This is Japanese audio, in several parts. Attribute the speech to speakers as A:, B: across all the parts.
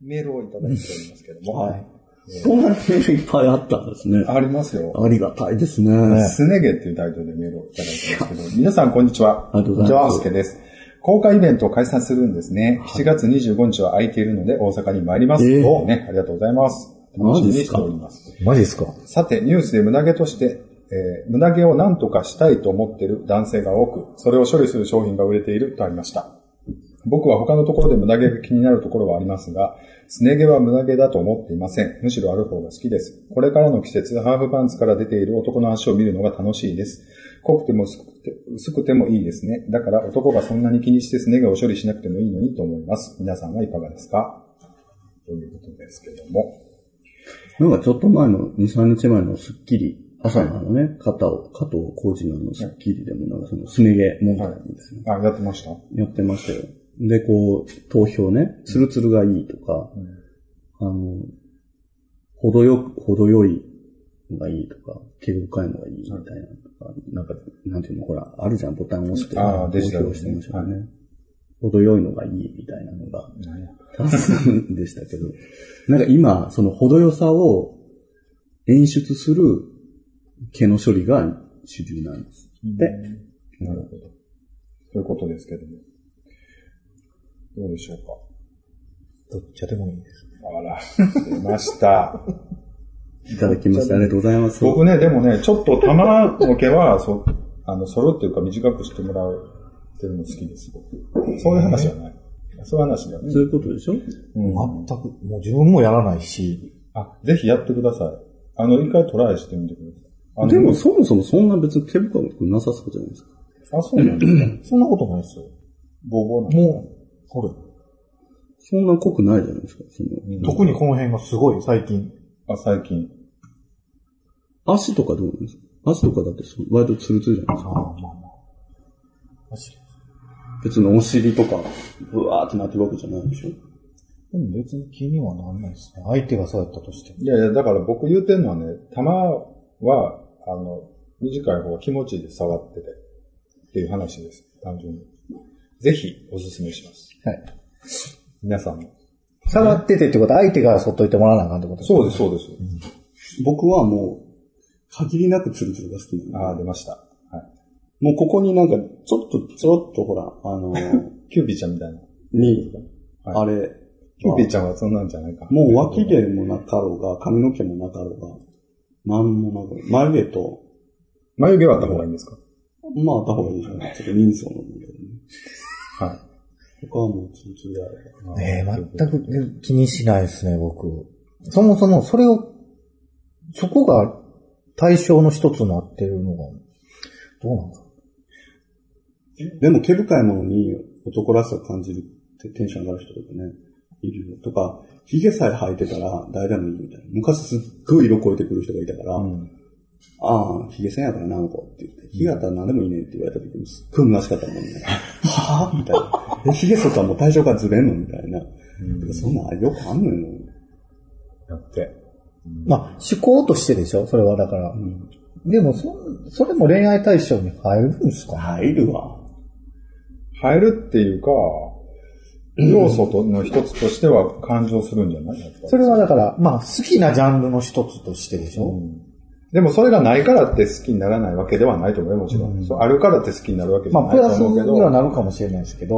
A: メールをいただいておりますけども。
B: はいそんなメールいっぱいあったんですね。
A: ありますよ。
B: ありがたいですね。
A: すね毛っていうタイトルでメールをいただいたん ですけど、皆さんこんにちは。
B: ありがとうございま
A: ジ
B: す
A: ョアスケです。公開イベントを開催するんですね。7月25日は空いているので大阪に参ります。
B: えー
A: おね、ありがとうございます。楽しみにしております。
C: マジですか
A: さて、ニュースで胸毛として、えー胸毛を何とかしたいと思っている男性が多く、それを処理する商品が売れているとありました。僕は他のところで胸毛が気になるところはありますが、すね毛は胸毛だと思っていません。むしろある方が好きです。これからの季節、ハーフパンツから出ている男の足を見るのが楽しいです。濃くても薄くて薄くてもいいですね。だから男がそんなに気にしてすね毛を処理しなくてもいいのにと思います。皆さんはいかがですかということですけども。
B: なんかちょっと前の、2、3日前のスッキリ、朝のあのね、肩を、加藤浩次のあのスッキリでもなんかそのすね毛問題みたいな、
A: あ、やってました
B: やってましたよ。で、こう、投票ね、ツルツルがいいとか、あの、程よく、程よいのがいいとか、毛深いのがいいみたいなとか、なんか、なんていうの、ほら、あるじゃん、ボタンを押して、
A: あー
B: 投
A: デジタル
B: 票
A: で
B: し
A: す
B: て
A: ね
B: ましたよね。程よいのがいいみたいなのが、多数 でしたけど、なんか今、その程よさを演出する毛の処理が主流なんです。で、
A: なるほど。ということですけども。どうでしょうか。
C: どっちでもいいです。
A: あら、出ました。
B: いただきましてありがとうございます。
A: 僕ね、でもね、ちょっと玉の毛は、そあの、揃うっていうか短くしてもらうってるの好きです、僕そういう話じゃない。そういう話だよね
B: そ。ういうことでしょ
A: うん
C: 全く、もう自分もやらないし、
A: あ、ぜひやってください。あの、一回トライしてみてください。あの
B: でも、そもそもそんな別に毛深くなさそうじゃないですか。
A: あ、そうなんですか。
C: そんなことないですよ。
A: ボーボーなん
C: もう、ほれ、
B: そんな濃くないじゃないですか。その
A: うん
C: 特にこの辺がすごい最近。
A: あ、最近。
B: 足とかどうなんですか足とかだってそう割とツルツルじゃないですか。
C: ああ、まあまあ。確か
B: 別にお尻とか、ブワーってなってるわけじゃないでしょ
C: に。でも別に気にはなんないですね。相手がそうやったとしても。
A: いやいや、だから僕言うてんのはね、玉は、あの、短い方が気持ちいいです触ってて。っていう話です。単純に。ぜひ、おすすめします。
C: はい。
A: 皆さんも。
C: 触っててってことは相手がそっといてもらわなあかんってことですか
A: そうです、そうです。
B: 僕はもう、限りなくツルツルが好きなの。
A: ああ、出ました。はい。
B: もうここになんか、ちょっと、ちょろっとほら、あのー、
A: キューピーちゃんみたいな。
B: に、
A: は
B: あれ、
A: キューピーちゃんはそんなんじゃないか。
B: もう脇毛もなかろうが、髪の毛もなかろうが、なんもなく、眉毛と、
A: 眉毛はあった方がいいんですか
B: まあ、あった方がいいじゃないちょっと人相なんだけどね。
A: はい。
B: 他はもうツルツルであれば。
C: ええ全く気にしないですね、僕。そもそもそれを、そこが対象の一つになってるのが、どうなんですか
B: でも、毛深いものに男らしさを感じるってテンション上がる人とかね、いるよ。とか、髭さえ生えてたら誰でもいいみたいな。昔すっごい色超えてくる人がいたから、
A: うん。
B: ああ、髭せんやからな、あの子って言って、髭あったら何でもいいねって言われた時にすっごい虚しかったもんね。 はぁみたいな。え、髭剃ったらもう対象からずれんのみたいな。そんなんよくあんのよ。
A: やって。
C: まあ、思考としてでしょそれはだから。
B: ん
C: でもそ、それも恋愛対象に入るんですかね
B: 入るわ。
A: 入るっていうか、要素との一つとしては感情するんじゃないやっぱり
C: それはだから、まあ、好きなジャンルの一つとしてでしょ、
A: でもそれがないからって好きにならないわけではないと思うよ、もちろん。そうあるからって好きになるわけじゃ
C: ま
A: な
C: あ、プ
A: い
C: ラ
A: と
C: ス
A: 思うけど、
C: にはなるかもしれないですけど、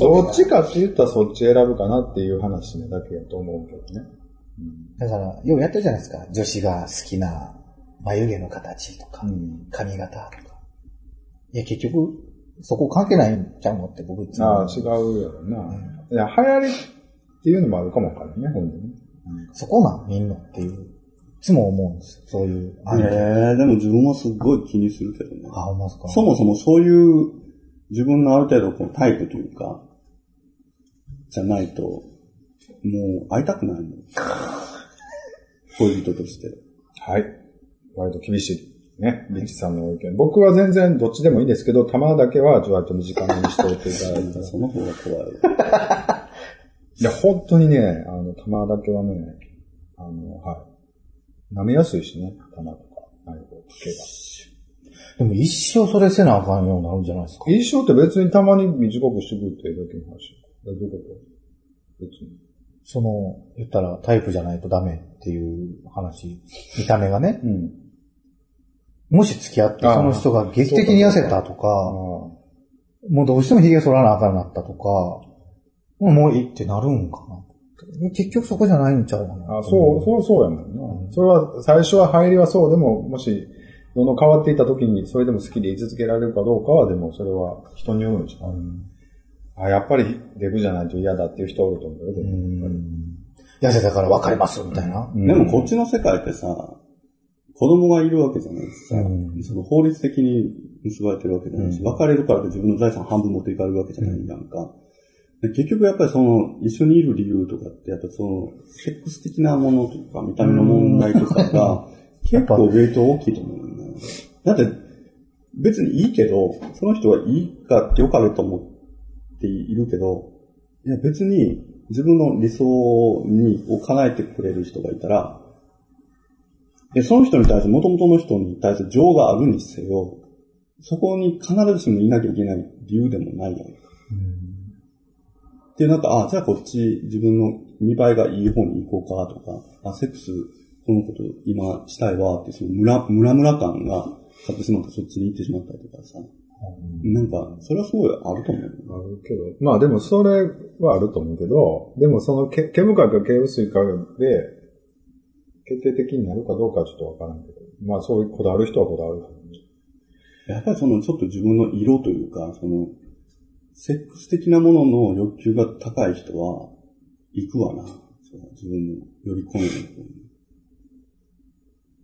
A: どっちかって言ったらそっち選ぶかなっていう話なだけやと思うけどね。
C: だから、ようやってるじゃないですか。女子が好きな眉毛の形とか、
A: うん
C: 髪型とか。いや、結局、そこ関係ないんちゃうのって僕いつ
A: あ
C: も
A: あ、違うやろな。いや、流行りっていうのもあるかもわからんね、ほんでね。
C: そこなんみんなっていう、いつも思うんですよ。そういう。
B: ええでも自分はすっごい気にするけどね。
C: あ、ほんまですか。
B: そもそもそういう自分のある程度このタイプというか、じゃないと、もう会いたくないの。恋人として。
A: はい。割と厳しい。ね。ビッチさんのご意見。僕は全然どっちでもいいですけど、玉だけはちょっと短めにしておいていただいたら。
B: その方が怖い。
A: いや、本当にね、あの、玉だけはね、あの、はい。舐めやすいしね、玉とか、ああいうこう毛が。
C: でも一生それせなあかんようになるんじゃないですか。
A: 印象って別にたまに短くしてくるってだけの話。えどういうこと別に。
C: その、言ったらタイプじゃないとダメっていう話、見た目がね、
A: うん。
C: もし付き合って
A: あー
C: その人が劇的に痩せたと
A: ああ
C: か、もうどうしても髭剃らなあかんなったとか、もういいってなるんかな。結局そこじゃないんちゃうかな。
A: あそう、そう、そうやもんな。それは、最初は入りはそうでも、もし、どの変わっていった時に、それでも好きで居続けられるかどうかは、でも、それは人によるんじゃん。あ、やっぱり、デブじゃないと嫌だっていう人おると思うよ、で
C: う
A: も
C: ん。痩せたから分かります、みたいな。
A: うん
B: でもこっちの世界ってさ、子供がいるわけじゃないですか。
C: うん
B: その法律的に結ばれてるわけじゃないし、
C: うん
B: 別れるからって自分の財産半分持っていかれるわけじゃないなんか。で結局やっぱりその、一緒にいる理由とかって、やっぱその、セックス的なものとか、見た目の問題とか が、結構ウェイト大きいと思うんだよね。だって、別にいいけど、その人はいいかってよかれと思っているけど、いや別に自分の理想にを叶えてくれる人がいたら、で、その人に対する、元々の人に対する情があるにせよ、そこに必ずしもいなきゃいけない理由でもないやん。で、なんか、あ、じゃあこっち自分の見栄えがいい方に行こうかとか、あ、セックス、このこと今したいわって、そのムラ、ムラムラ感が買ってしまってそっちに行ってしまったりとかさ。なんか、それはすごいあると思うよ。
A: あるけど。まあでも、それはあると思うけど、でもその毛、毛深いか毛薄いかで、決定的になるかどうかはちょっとわからんけど、まあそういうこだわる人はこだわる。
B: やっぱりそのちょっと自分の色というか、その、セックス的なものの欲求が高い人は、行くわな。そう自分のより好みの方に。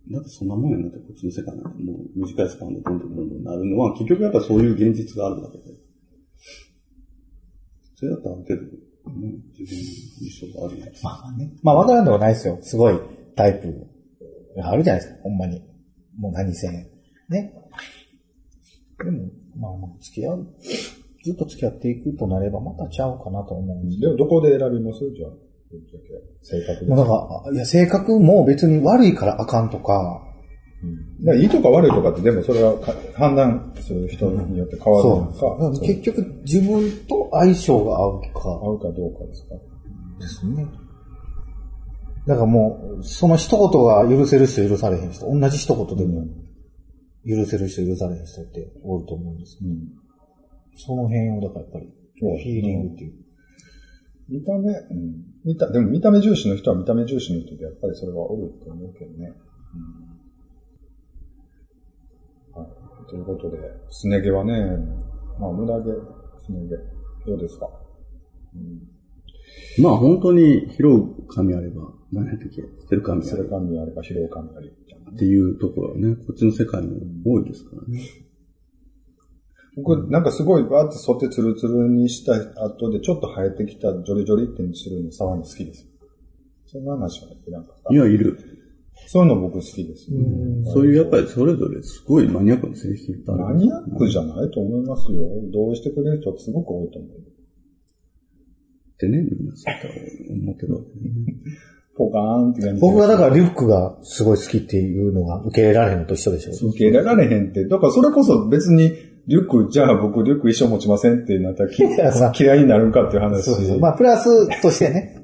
B: だってそんなもんやなって、こっちの世界なんてもう短いスパンでどんどんどんどんなるのは、結局やっぱそういう現実があるわけで。それだったらある程度、ね、自分の理想があるやつ。
C: まあね。まあ分からんではないですよ。すごいタイプがあるじゃないですか、ほんまに。もう何せ。ね。でも、まあまあ、付き合う。ずっと付き合っていくとなればまたちゃうかなと思うんですけ
A: でも、どこで選びますじゃあ、ぶっちゃけ正確に。
C: ど。もうだから、いや、性格も別に悪いからあかんとか、
A: だからいいとか悪いとかって、でもそれはか判断する人によって変わるの
C: そ
A: か、
C: う。だから
A: そう
C: 結局自分と相性が合うか
A: 合うかどうかですか。
C: ですね。だからもう、その一言が許せる人許されへん人、同じ一言でも許せる人許されへん人っておると思うんですけど
A: うん
C: その辺を、だからやっぱり、フ
A: そう
C: ィーリングっていう。
A: 見た目、うん、見た、でも見た目重視の人は見た目重視の人で、やっぱりそれはおると思うけどね。うんはい、ということで、すね毛はね、まあ、無駄毛、すね毛、どうですか
B: まあ本当に拾う髪あれば、何やったっけ捨てる髪あ
A: す
B: れ
A: れ
B: ば。
A: 髪あれば疲労感があり。
B: っていうところはね、こっちの世界も多いですからね。
A: 僕、なんかすごいバーって剃ってツルツルにした後で、ちょっと生えてきたジョリジョリってするの、触るの好きです。そんな話はね、なんかった
B: いや、いる。
A: そういうの僕好きです。
B: そういう、やっぱりそれぞれすごいマニアックな製品いっぱいあ
A: マ
B: る。
A: ニアックじゃないと思いますよ。同意してくれる人はすごく多いと思う。
B: ってね、みんなそうだと思うけど。
A: ポカーンって感じで
C: 僕はだからリュックがすごい好きっていうのが受け入れられへんのと一緒でしょ。
A: 受け入れられへんって。だからそれこそ別に、リュック、じゃあ僕リュック一生持ちませんってなった らき
C: やまあ
A: 嫌いになるかっていう話。
C: そうそうそうまあ、プラスとしてね、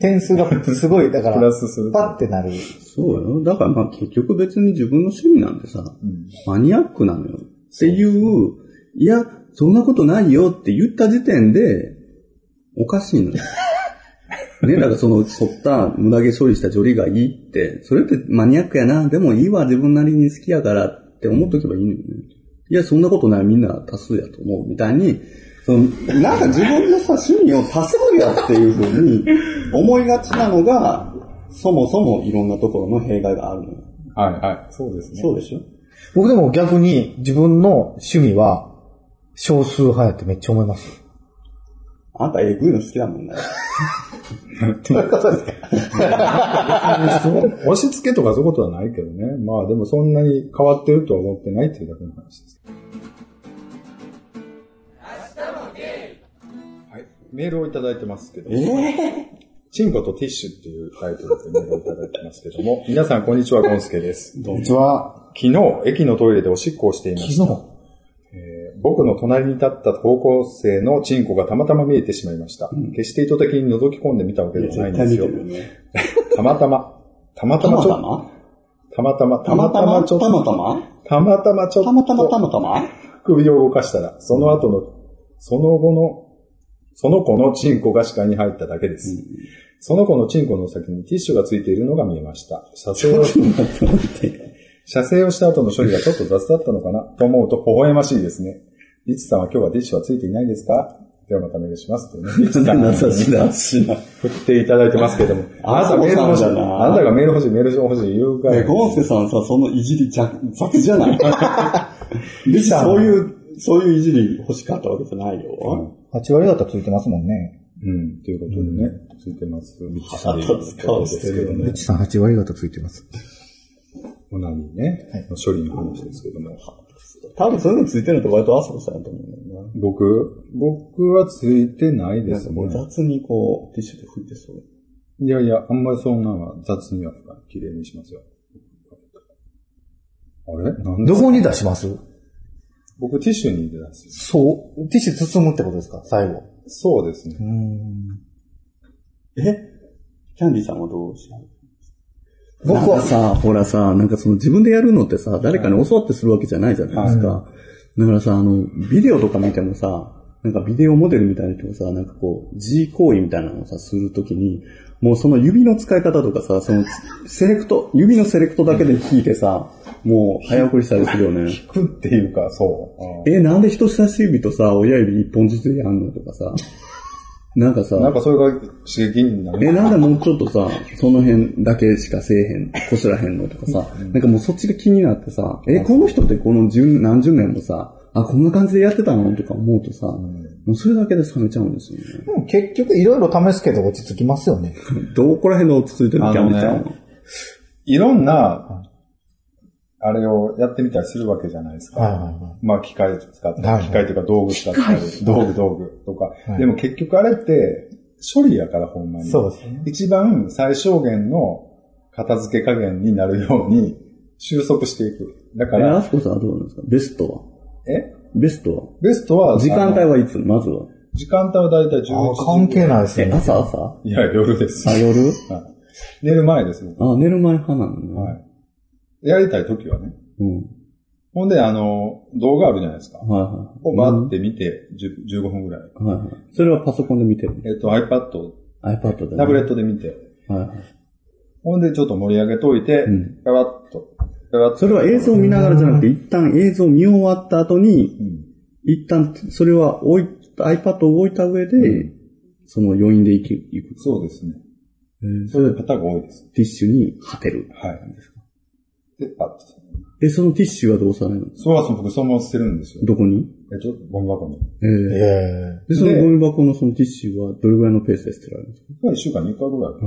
C: 点数がすごい、だから、
A: プラスする
C: パッてなる。
B: そうよ。だからまあ結局別に自分の趣味なんてさ、
A: うん
B: マニアックなのよ。っていう、いや、そんなことないよって言った時点で、おかしいのよ。ね、だからその、剃った、無駄毛処理したジョリがいいって、それってマニアックやな、でもいいわ、自分なりに好きやからって思っとけばいいのよね。いや、そんなことない、みんな多数やと思う、みたいに、その、なんか自分のさ、趣味を多数やっていうふうに思いがちなのが、そもそもいろんなところの弊害があるのよ。
A: はいはい。そうですね。
B: そうでしょ
C: 僕でも逆に自分の趣味は少数派やってめっちゃ思いますよ。
B: あんたえぐいの好きだもんね。
A: 押し付けとかそういうことはないけどね。まあでもそんなに変わってるとは思ってないっていうだけの話です。はい。メールをいただいてますけど。チンコとティッシュっていうタイトルでメールをいただいてますけども。皆さんこんにちは、ゴンスケです。
C: 実は、
A: 昨日、駅のトイレでおしっこをしていま
C: 昨
A: し
C: 日
A: た。、
C: は
A: えー僕の隣に立った高校生のチンコがたまたま見えてしまいました。決して意図的に覗き込んでみたわけではないんですよ。
B: ね。
A: たまたま。たま
B: た
A: たま
B: ま
A: ち
B: た
A: ょっと。
B: ま
A: たまたま、た
B: た
A: ま
B: ま
A: た
B: た
A: ま
B: ま
A: ちょ
B: た
A: っ
B: ま
A: と。
B: た
A: た
B: ま
A: またまちょ
B: たまたま
A: ったと
B: またま
A: 首を動かしたら、その後の、その後の、その子のチンコが視界に入っただけです。その子のチンコの先にティッシュがついているのが見えました。射精 を、
B: ちょっと待って。
A: 射精をした後の処理がちょっと雑だったのかなと思うと微笑ましいですね。リチさんは今日はティッシュはついていないですかではまたメールします。リ チさん
B: なさしなしな。
A: 振っていただいてますけども。
B: あ
A: あなたメール欲しい。
B: あなたもそうなんだな
A: あなたがメール欲しい、メール欲しい言うから。
B: え、ゴンスケさんさ、そのいじり弱、雑じゃ ない別にそういう、そういういじり欲しかったわけじゃないよ。
C: 8割方ついてますもんね。
A: うん、ということでね、ついてます。リチさん
B: 腹立つ顔してるよね
A: リ
C: う
A: チ
C: ちさん8割方ついてます。
A: オナニーね、
C: はい
A: の処理の話ですけども。
B: 多分そういうのついてるのって割と朝子さんやと思うんだよな。
A: 僕、僕はついてないで
B: なん
A: す
B: かも
A: ね
B: う。雑にこう、ティッシュで拭いてそう。
A: いやいや、あんまりそんなのは雑には不可綺麗にしますよ。あれなんで
C: どこに出します
A: 僕ティッシュに出すよ。
C: そう。ティッシュ包むってことですか最後。
A: そうですね。
C: ん。
B: えキャンディさんはどうしよう
C: 僕
B: なんか
C: は、
B: さ、ほらさ、なんかその自分でやるのってさ、誰かに教わってするわけじゃないじゃないですか。だからさ、あの、ビデオとか見てもさ、なんかビデオモデルみたいな人もさ、なんかこう、G 行為みたいなのをさ、するときに、もうその指の使い方とかさ、その、セレクト、 指のセレクトだけで弾いてさ、もう早送りしたりするよね。
A: 聞くっていうか、そう。
B: え、なんで人差し指とさ、親指一本ずつでやんのとかさ、なんかさ、
A: なんかそれが刺激にな
B: え、
A: る。
B: なんでもうちょっとさ、その辺だけしかせえへん、こすらへんのとかさ、なんかもうそっちが気になってさ、え、この人ってこの十何十年もさ、あ、こんな感じでやってたのとか思うとさ、もうそれだけで冷めちゃうんですよね。
C: でも結局いろいろ試すけど落ち着きますよね。
B: どこら辺で落ち着いてる
A: あ
B: キャ
A: の
B: ン
A: ね
B: ディちゃんは。
A: いろんな、あれをやってみたりするわけじゃないですか。
C: はいはいはい。
A: まあ、機械使ったり、
C: はいはい
A: 機械というか道具使ったり、道具道具とか。
C: はい
A: でも結局あれって、処理やから、ほんまに。
C: そうですね。
A: 一番最小限の片付け加減になるように収束していく。だか
B: え、ア
A: ら、
B: スコさんはどうなんですかベストは
A: え
B: ベスト
A: ベストは、
B: は時間帯
A: あの
B: はいつまずは。
A: 時間帯はだいたい11時。
C: あ関係ないです
B: え、
C: ね。
B: 朝朝
A: いや、夜です。
B: あ、
A: はい
B: 夜
A: 寝る前です、僕
B: あ、寝る前派なのね。
A: はい。やりたい時はね。
B: うん。
A: ほんで、あの、動画あるじゃないですか。
B: はいはい。
A: をバーって見て、10 15分ぐらい。
B: うんはいはい。それはパソコンで見てる。
A: えっと、iPad、
B: iPad でね。
A: タブレットで見て。
B: ト。はいはい。
A: ほんで、ちょっと盛り上げといて
B: うん、
A: ガバッと。ガバッと。
B: それは映像を見ながらじゃなくて、一旦映像を見終わった後に、
A: うん
B: 一旦それは置い、iPad を置いた上で、その余韻でいく。いく
A: そうですね。
B: えーそ
A: そうい
B: れ
A: う
B: で
A: 方が多いです。
B: ティッシュに果てる。
A: はい。で、パッと。
B: え、そのティッシュはどうされるの
A: そうはその僕そのまま捨てるんですよ。
B: どこに
A: えっと、ゴミ箱に。
B: え
C: え
B: ー
C: え
B: で、そのゴミ箱のそのティッシュはどれぐらいのペースで捨てられるんですか
A: 僕は一週間に一回ぐらい。
B: だか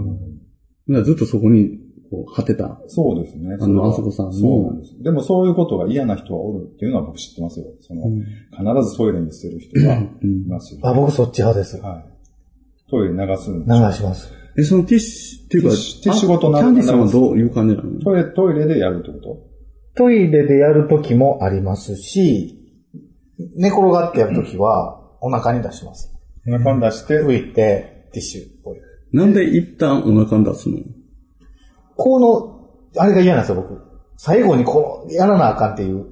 B: らずっとそこに、こう、果てた。
A: そうですね。
B: あのあそこさんの
A: そうなんです。でもそういうことが嫌な人はおるっていうのは僕知ってますよ。その、必ずトイレに捨てる人がいますよ。
C: あ、僕そっち派です。
A: はい。トイレに流すんです
C: 流
A: よ
C: します。
B: え、そのティッシュ、っていうか、
A: ティッシュティッシュごと
B: あ
A: な
B: キャンディさんはどういう感じなの
A: トイレ、トイレでやるってこと
C: トイレでやるときもありますし、寝転がってやるときは、お腹に出します。
A: お腹に出して、
C: 拭いて、ティッシュを。
B: なんで一旦お腹に出すの
C: この、あれが嫌なんですよ、僕。最後にこの、やらなあかんっていう、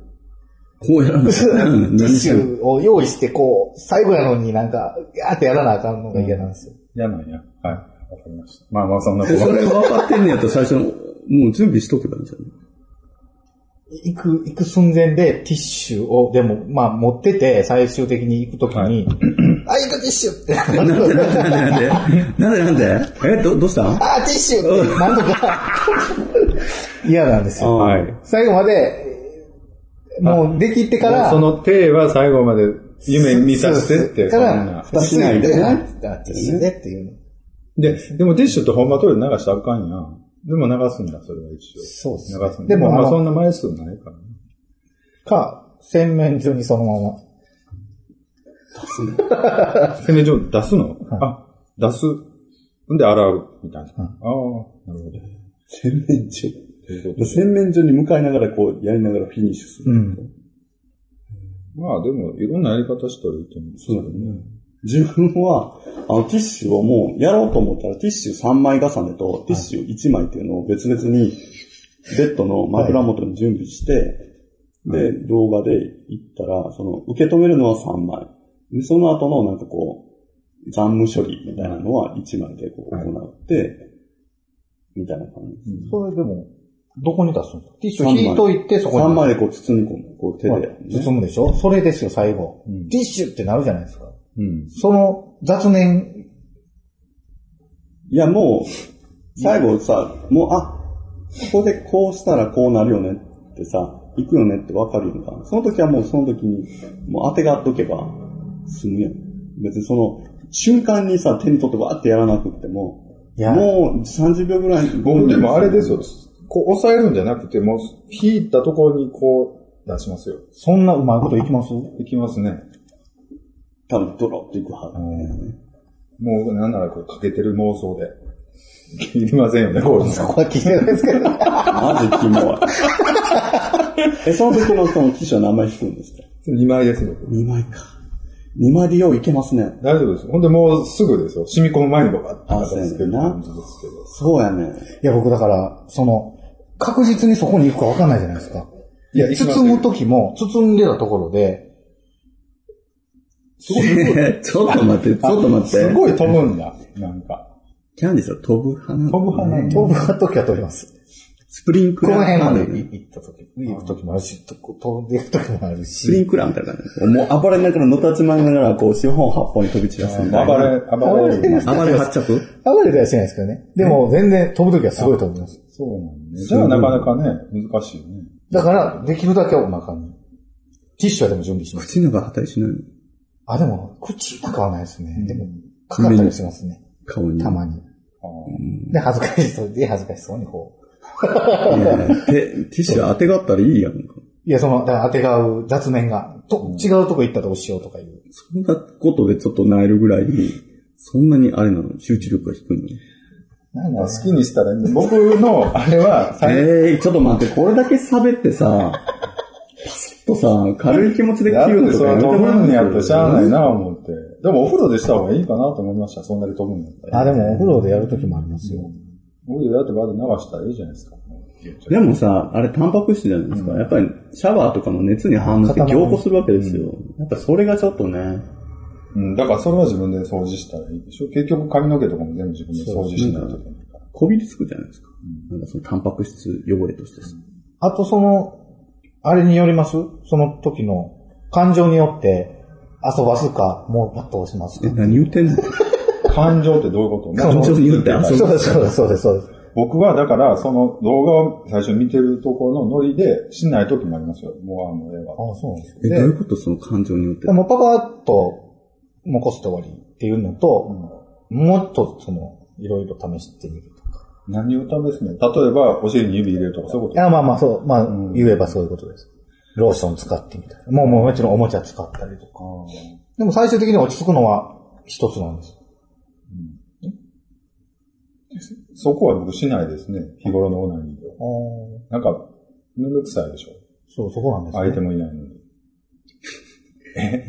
B: こうやらない。
C: ティッ
B: 何し
C: シ
B: ろ
C: ュを用意して、こう、最後やのになんか、やーってやらなあかんのが嫌なんですよ。
A: 嫌なんや。はい。わかりました。まあまあそんなこと
B: で、そ
A: は。
B: れ分かってんねやったら最初の、もう準備しとけばいいんじゃない
C: 行く、行く寸前でティッシュを、でも、まあ持ってて、最終的に行くときに、あ、行くティッシュって、あ
B: なんでなんでなんでなんでなんでえ、ど、どうしたん
C: ー、ティッシュって、なんとか、嫌なんですよ。
A: はい。
C: 最後まで、もうできてから、
A: その手は最後まで夢見させてって、
C: か
A: そん
C: ら
A: な、。
C: 蓋しないで、あティッシュでっていうの。
A: で、でもティッシュってほんまトイレ流したらあかんやん。でも流すんだ、それは一応。
C: そうですね
A: 流すんだ。
C: で
A: で
C: も
A: も、ま
C: あ
A: あ
C: の
A: そんな枚数ないからね。
C: か、洗面所にそのまま。
A: 洗面所出すの、あ、出す。んで洗う、みたいな。ああ、なるほど。
B: 洗面所。
A: ということで
B: 洗面所に向かいながらこう、やりながらフィニッシュす
C: うん。
A: まあでも、いろんなやり方したらいいと思うんですけどね。
B: 自分は、あの、ティッシュをもう、やろうと思ったら、ティッシュ3枚重ねと、ティッシュ1枚っていうのを別々に、ベッドの枕元に準備して、で、動画で行ったら、その、受け止めるのは3枚。で、その後のなんかこう、残務処理みたいなのは1枚でこう
A: はい
B: 行って、みたいな感じ。
C: それでも、どこに出すのティッシュ
B: 三枚
C: 引いといて、そこに。
B: 3枚でこう包み込む。こう手で、
C: はい包むでしょそれですよ、最後、
A: うん
C: ティッシュってなるじゃないですか。
A: うん。
C: その雑念、
B: いや、もう、最後さ、もう、あ、ここでこうしたらこうなるよねってさ、行くよねってわかるよな。その時はもうその時に、もう当てがっとけば済むやん。別にその、瞬間にさ、手に取ってわーってやらなくっても、
C: いや
B: もう30秒ぐらい、5
A: 僕
B: 分
A: でもあれですよ。こう、押さえるんじゃなくて、もう、引いたところにこう、出しますよ。
C: そんなうまいこといきます
A: いきますね。
B: 多分ドロッといくはずだよね。
A: もう、なんならこう、かけてる妄想で。いりませんよね、こういう
C: そ
A: の。
C: こは聞いてないですけど。
B: マジキモい。 え、その時のその機種は何枚引くんですか
A: 2枚ですよ。
B: ?2 枚か。2枚でよういけますね。
A: 大丈夫です。ほんでもうすぐですよ。染み込む前にバッて
B: あそう
A: 片
B: や
A: 付け
B: ねん
A: る
B: な
A: 感じですけど。
B: そうやね。
C: いや、僕だから、その、確実にそこに行くかわかんないじゃないですか。
A: いや行きませ
C: 包
A: ん
C: むときも、包んでたところで、
B: ちょっと待って、ちょっと待
A: す。ごい飛ぶんだ。なんか。
B: キャンディさん飛ぶ花。
A: 飛ぶ花ね
C: 飛ぶときは飛びます。
B: スプリンク
C: この辺まで
B: ね
C: 行ったとき、行くときもあるし、とこ飛んでいくときもある
B: スプリ
C: し。
B: ンクラーみたいな感じ。もう暴れながら、のたちまいながら、こう、四方八方に飛び散らすみたい
A: 暴
B: な。
A: れ、暴れる。
B: 暴れ発着
C: あまりではしないですけどね。でも、全然飛ぶときはすごい飛びます。
A: そうなんね。じゃあなかなかね、難しいよね。
C: だから、できるだけお腹に。ティッシュはでも準備します。
B: 口のが破体しないの
C: あ、でも、口とかはないですね。でも、かかったりしますね。
B: 顔に。
C: たまに。
A: あ
C: で、恥ずかしそうで、恥ずかしそうにこう。
B: い やいやテティッシュ当てがったらいいやんか。
C: いや、その、だから当てがう雑念が、と、違うとこ行ったらどうしようとかいう。
B: そんなことでちょっと萎えるぐらいに、そんなにあれなの集中力が低いの
C: なん
A: あ好きにしたらいいんだ僕の、あれは、最
B: えー、ちょっと待って、これだけ喋ってさ、パスッとさ、軽い気持ちで
A: だって
B: 9と
A: それ
B: かやめて
A: 飛
B: もら
A: ぶ
B: うんん
A: やったらしゃあない
B: な。
A: な思って。でもお風呂でした方がいいかなと思いました。そんなに飛ぶんやったら。
C: あ、でもお風呂でやるときもありますよ。
A: お風呂でだってバーで流したらいいじゃないですか。
B: でもさ、あれタンパク質じゃないですか。やっぱりシャワーとかの熱に反応して
C: 固まる
B: 凝固するわけですよ。やっぱそれがちょっとね、
A: うん、だからそれは自分で掃除したらいいでしょ。結局髪の毛とかも全部自分で掃除しないといけないから。
B: こびりつくじゃないですか。なんかそのタンパク質汚れとしてさ。
C: あとその、あれによりますその時の感情によって遊ばすか、もうパッと押します
B: え、
C: か。
B: 何言ってん の
A: 感情ってどういうこと
B: 感情によって遊
C: そう
B: ぶ。
C: です、そうです、そうです、そうです。
A: 僕はだから、その動画を最初見てるところのノリで、しない時もありますよ。もうあの絵
C: あ
A: は。
C: そうなんです
B: え、
C: で
B: どういうことその感情によって
C: で。もパパッと、もうこすって終わりっていうのと、もっとその、いろいろ試してみるとか。
A: 何を試すね。例えば、お尻に指入れるとか、そういうこと。
C: あまあまあ、そう、まあ、
A: ん
C: 言えばそういうことです。ローション使ってみたり。もうもうもちろんおもちゃ使ったりとか。でも最終的に落ち着くのは一つなんです。
A: そこは僕しないですね。日頃のオナニーでは。な
C: ああ、
A: んか、めんどくさいでしょ。
C: そう、そこなんです、ね。
A: 相手もいないのに。
B: めっ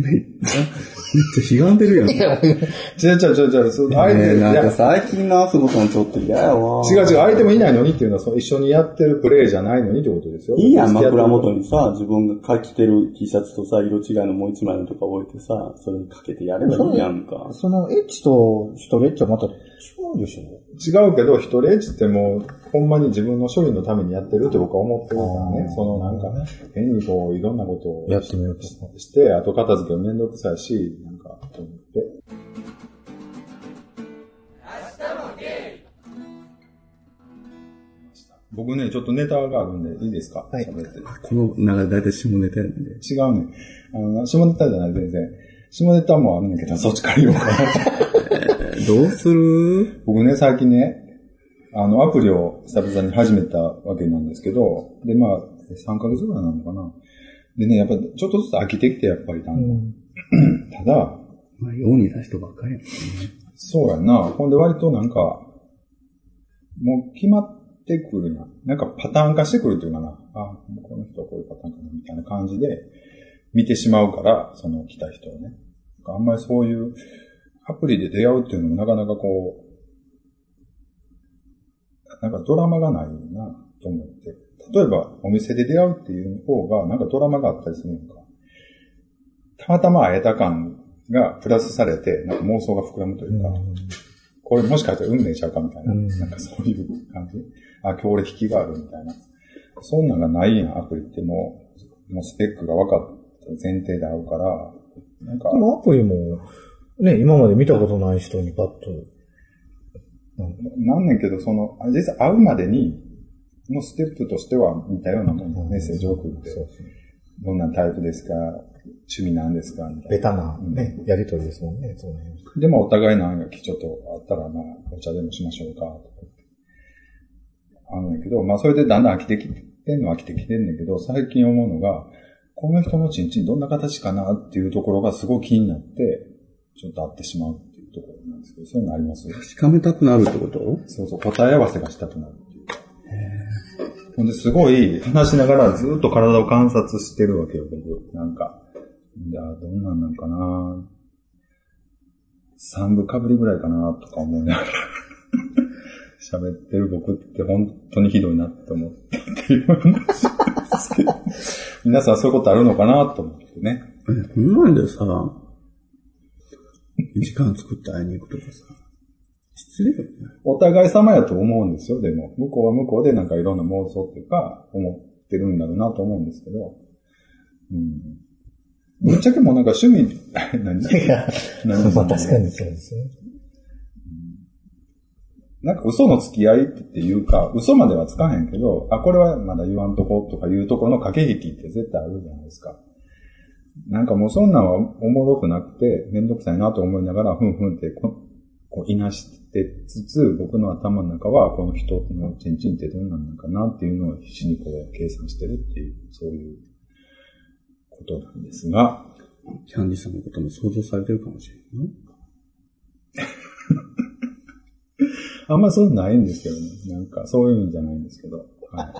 B: ちゃひがんでるやん。え
A: 違う違う違う違う。そう相手、
B: ー、
A: い
B: なん
A: や
B: か最近の遊ぶさんちょっと嫌やわ。
A: 違う違う。相手もいないのにっていうのは、その一緒にやってるプレイじゃないのにってことですよ。
B: いいやん、枕元
A: に。
B: にさ、自分が着てる T シャツとさ、色違いのもう一枚のとか置いてさ、それにかけてやればいいやんか。
C: その、エッチとストレッチはまた違うでしょ
A: 違うけど、一人エッチってもう、ほんまに自分の処理のためにやってるって僕は思ってるから
C: あ
A: ね。
C: ー
A: そのなんか、変にこう、いろんなことを
C: やってみようとした。
A: して、後片付けめんどくさいし、なんか、と思って。僕ね、ちょっとネタがあるんで、いいですか
C: はい
A: 喋って
B: この流れ大体下ネタやねんで。
A: 違うね。あの、下ネタじゃない、全然。下ネタもあるんだけど、そっちから言おうか な。
B: どうする
A: 僕ね、最近ね、あの、アプリを久々に始めたわけなんですけど、で、まあ、3ヶ月ぐらいなのかな。でね、やっぱ、ちょっとずつ飽きてきて、やっぱりだんだん、ただ、
B: まあ、世に出人ばっかりやん。
A: そうやな。ほんで割となんか、もう決まってくるな。なんかパターン化してくるというかな。あ、もうこの人はこういうパターンかな、みたいな感じで、見てしまうから、その来た人をね。あんまりそういうアプリで出会うっていうのもなかなかこう、なんかドラマがないなと思って。例えばお店で出会うっていう方がなんかドラマがあったりするのか。たまたま会えた感がプラスされて、なんか妄想が膨らむというか、これもしかしたら運命ちゃうかみたいな、
C: うん
A: なんかそういう感じ。あ、今日俺引きがあるみたいな。そんなんがないやん、アプリってもう、もうスペックが分かった前提で合うから、なんか
C: で、もアプリも、ね、今まで見たことない人にパッと、
A: なんねんけど、その、あ実際会うまでに、のステップとしては似たようなもの、メッセージを送って、
C: そうそう
A: どんなタイプですか、趣味なんですか、みた
C: ベ
A: いな。
C: タな、ね、やりとりですもんね、その辺。
A: で、まあお互いの案がちょっとあったら、まあ、お茶でもしましょうか、とか言って。あんねんけど、まあそれでだんだん飽きてきてんのは飽きてきてんねんけど、最近思うのが、この人のちんちんどんな形かなっていうところがすごい気になって、ちょっと会ってしまうっていうところなんですけど、そういうのあります
B: 確かめたくなるってこと
A: そうそう、答え合わせがしたくなるっていうか。ほんで、すごい、話しながらずっと体を観察してるわけよ、僕。なんか。じゃあ、どんなんなんかな三部かぶりぐらいかなとか思いながら。喋ってる僕って本当にひどいなって思ったって いう話なんですけど。皆さんそういうことあるのかなと思ってね。
B: え、こんなんでさ、時間作って会いに行くとかさ、失礼よね。
A: お互い様やと思うんですよ、でも。向こうは向こうでなんかいろんな妄想っていうか、思ってるんだろうなと思うんですけど。うん。ぶっちゃけもうなんか趣味、 何
C: いや、
A: 何
C: まあ確かにそうですね。
A: なんか嘘の付き合いっていうか、嘘まではつかへんけど、あ、これはまだ言わんとことかいうところの駆け引きって絶対あるじゃないですか。なんかもうそんなんはおもろくなくて、めんどくさいなと思いながら、ふんふんってこ、こう、いなしてつつ、僕の頭の中は、この人のチンチンってどんなんなんかなっていうのを必死にこう、計算してるっていう、そういうことなんですが、
B: キャンディさんのことも想像されてるかもしれないな。
A: あんまそういうのないんですけどね。なんか、そういうんじゃないんですけど。はい、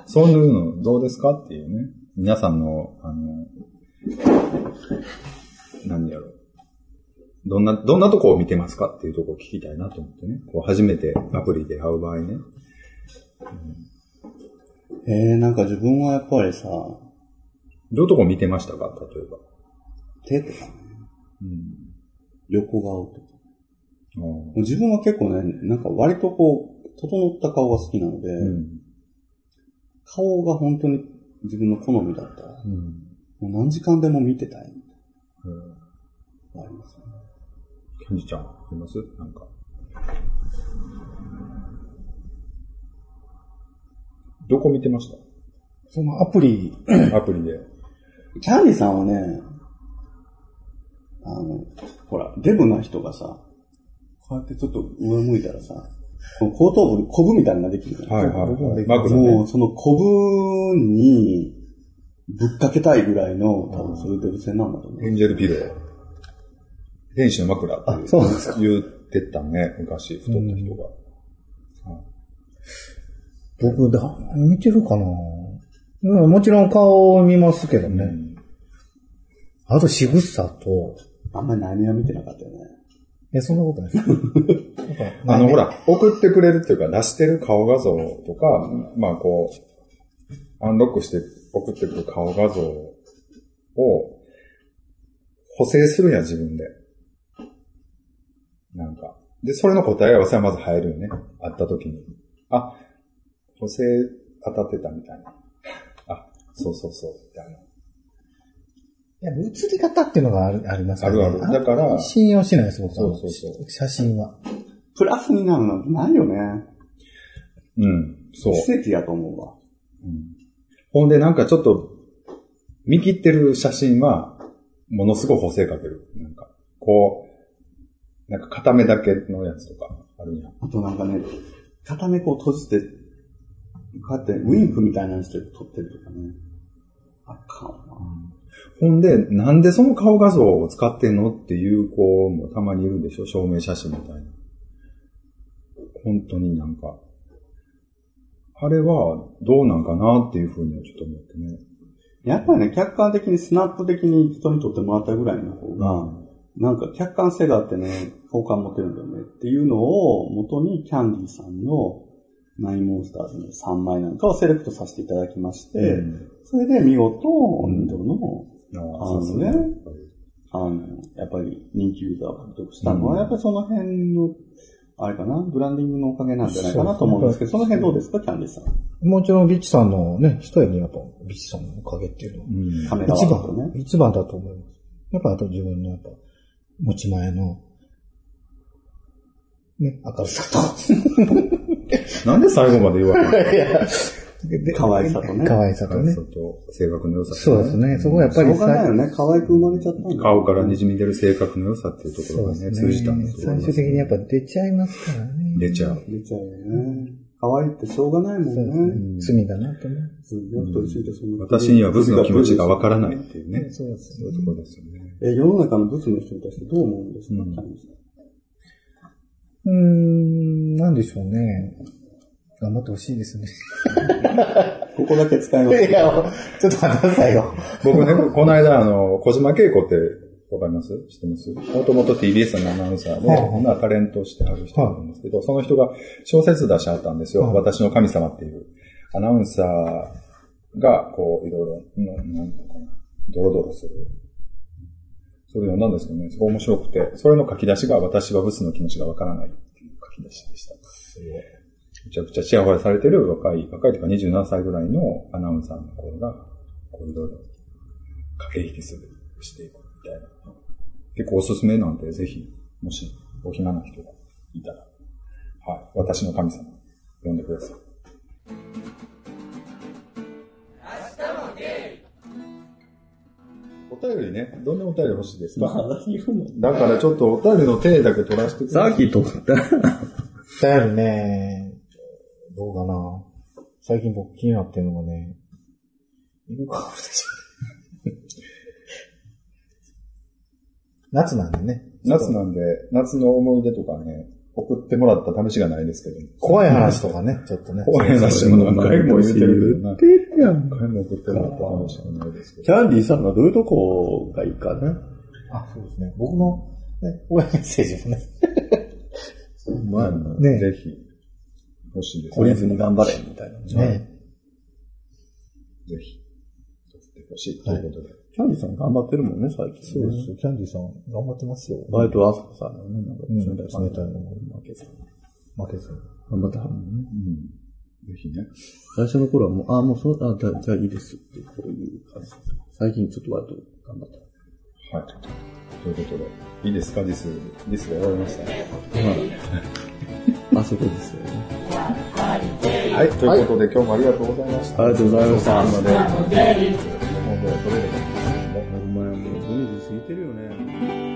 A: そういうのどうですかっていうね。皆さんの、あの、何やろう。どんな、どんなとこを見てますかっていうとこを聞きたいなと思ってね。こう、初めてアプリで会う場合ね。
B: えー、なんか自分はやっぱりさ、
A: どういうとこ見てましたか例えば。
B: 手とかね、横顔とか。
A: うん。ああ
B: 自分は結構ね、なんか割とこう、整った顔が好きなので、
A: うん。
B: 顔が本当に自分の好みだったら、
A: うん。
B: もう何時間でも見てたいみ
A: うん
B: たいな。ありますね。
A: キャンディちゃん、ありますなんか。どこ見てまし
C: そのアプリ、
A: たアプリで。
B: キャンディさんはね、あの、ほら、デブな人がさ、こうやってちょっと上向いたらさ、後頭部にコブみたいなのができるじゃん。
A: はいはい
C: 僕も
A: は
C: で
A: い。
C: きます
A: 枕ね
B: も。う、そのコブにぶっかけたいぐらいの、多分そういうデブ戦なんだと思う。
A: エンジェルピロー。天使の枕っていう
C: あそうなんです
A: 言ってたね、昔、太った人が。
C: 僕だ、見てるかなうんもちろん顔を見ますけどね。あと仕草と、
B: あんまり何は見てなかったよね。
C: え、そんなことないです。なんか
A: あの、ほ。ら、送ってくれるっていうか、出してる顔画像とか、まあこう、アンロックして送ってくる顔画像を補正するんや、自分で。なんか。で、それの答え合わせはまず入るよね。会った時に。あ、補正当たってたみたいな。あ、そうそうそう、みたいな。
C: いや、映り方っていうのがあるあります
A: あるあるだから
C: んまり信用しないです、僕は
A: そうそうそう
C: 写真は。
B: プラスになるなんてないよね。
A: うん、そう。
B: 奇跡やと思うわ。
A: ほんでなんかちょっと、見切ってる写真は、ものすごい補正かける。なんか、こう、なんか片目だけのやつとかあるやん。
B: あとなんかね、片目こう閉じて、こうやってウィンクみたいなのして撮ってるとかね。あかんわ。
A: ほんで、なんでその顔画像を使ってんのっていう子もたまにいるんでしょ証明写真みたいな。本当になんか。あれはどうなんかなっていうふうにはちょっと思ってね。
B: やっぱりね、客観的にスナップ的に人にとってもらったぐらいの方が、なんか客観性があってね、好感持てるんだよねっていうのを元にキャンディーさんのナインモンスターズの3枚なんかをセレクトさせていただきまして、
A: うん
B: それで見事、2度の、
A: あ
B: あ
A: あ、そ
B: の
A: うです
B: ね
A: ね。、
B: あの、やっぱり人気ユーザーを獲得したのは、やっぱりその辺の、あれかな、ブランディングのおかげなんじゃないかなと思うんですけど、その辺どうですか、キャンディーさん。
C: もちろんビッチさんのね、人やね、やっぱビッチさんのおかげっていうのは。
A: うん
B: カメラワ
C: 一
B: ークとね
C: 番、。一番だと思います。やっぱあと自分のやっぱ、持ち前の、ね、明るさ
A: なんで最後まで言われる
C: と。いや、
B: 可愛さとね
C: 可愛さと
A: の
C: ね
A: そ。と性格の良さ。
C: そうですね。そこはやっぱ
B: しょ
C: り
B: うがないよね、可愛く生まれちゃったんだ
A: 顔から滲み出る性格の良さっていうところがね、通じたんだと思い
C: 最
A: ます
C: 終的にやっぱ出ちゃいますからね。
A: 出ちゃう。
B: 出ちゃうよね。可愛いってしょうがないもん
C: そうです
B: ね。
C: ね。罪だなとね。
B: うん太りすぎてそんな
A: 私にはブスの気持ちがわからないっていうね。
C: そうです
A: そういうところですよね。
B: え、世の中のブスの人に対してどう思うんですか、
A: うん
B: キャンディーさん
C: うーん、なんでしょうね。頑張ってほしいですね。
B: ここだけ使います。
C: いや、ちょっと待ってくださいよ。
A: 僕ね、この間、あの、小島恵子って、わかります知ってますもともと TBS のアナウンサーで、
C: はい
A: 今タレントしてある人なんですけど、その人が小説出しあったんですよ。
C: はい
A: 私の神様っていう。アナウンサーが、こう、いろいろ、ななんていうのかな、ドロドロする。それ読んだんですけどね、そこ面白くて、それの書き出しが、私はブスの気持ちがわからないっていう書き出しでした。めちゃくちゃチヤホヤされてる若い、若いというか27歳ぐらいのアナウンサーの子が、こういろいろ駆け引きする、していくみたいな。結構おすすめなんで、ぜひ、もし、お暇な人がいたら、はい、私の神様、呼んでください。お便りね、どんなお便り欲しいです
B: ま
A: か
B: あ、言うの。
A: だからちょっとお便りの手だけ取らせてください。
B: きとった。
C: だよね、どうかな。最近僕気になってるのがね、いるか、 夏なんでね。
A: 夏なんで、夏の思い出とかね、送ってもらった試しがないですけど、
C: 怖い話とかね、ちょっとね。
A: 怖い話も何回も言ってるけどな、
B: てるやん。
A: 何回も送ってもらった話がないですけど
B: キ、ャンディーさんがどういうとこがいいかね。
C: あ、そうですね。僕の、ね、応援メッセージもね。
A: まあ、
C: ね
A: ぜひ、欲しいです
B: 懲りずに頑張れ、みたいな。
C: ね
A: ぜひ、送ってほしいということで。
B: キャンディーさん頑張ってるもんね、最近。
C: そうですよ。キャンディーさん、頑張ってますよ。
B: バイトは朝子さんのね、なんか
C: うん
B: 冷たい感じ
C: 冷たいの
B: 負けさん。
C: 負けずに。
B: 頑張ってはるもんね。
A: うん。ぜひね。
B: 最初の頃はもう、ああ、もうそう、あじゃあ、じゃあいいですって、こういう感じです。最近ちょっとバイト頑張って
A: は
B: はる。
A: い。ということで、いいですかディス、ディスが終わりましたね。
B: あそこですよね。
A: はい。ということで、今日もありがとうございました。
B: ありがとうございました
A: 最後まで、本当にそれでは
B: お前もう無理すぎてるよね。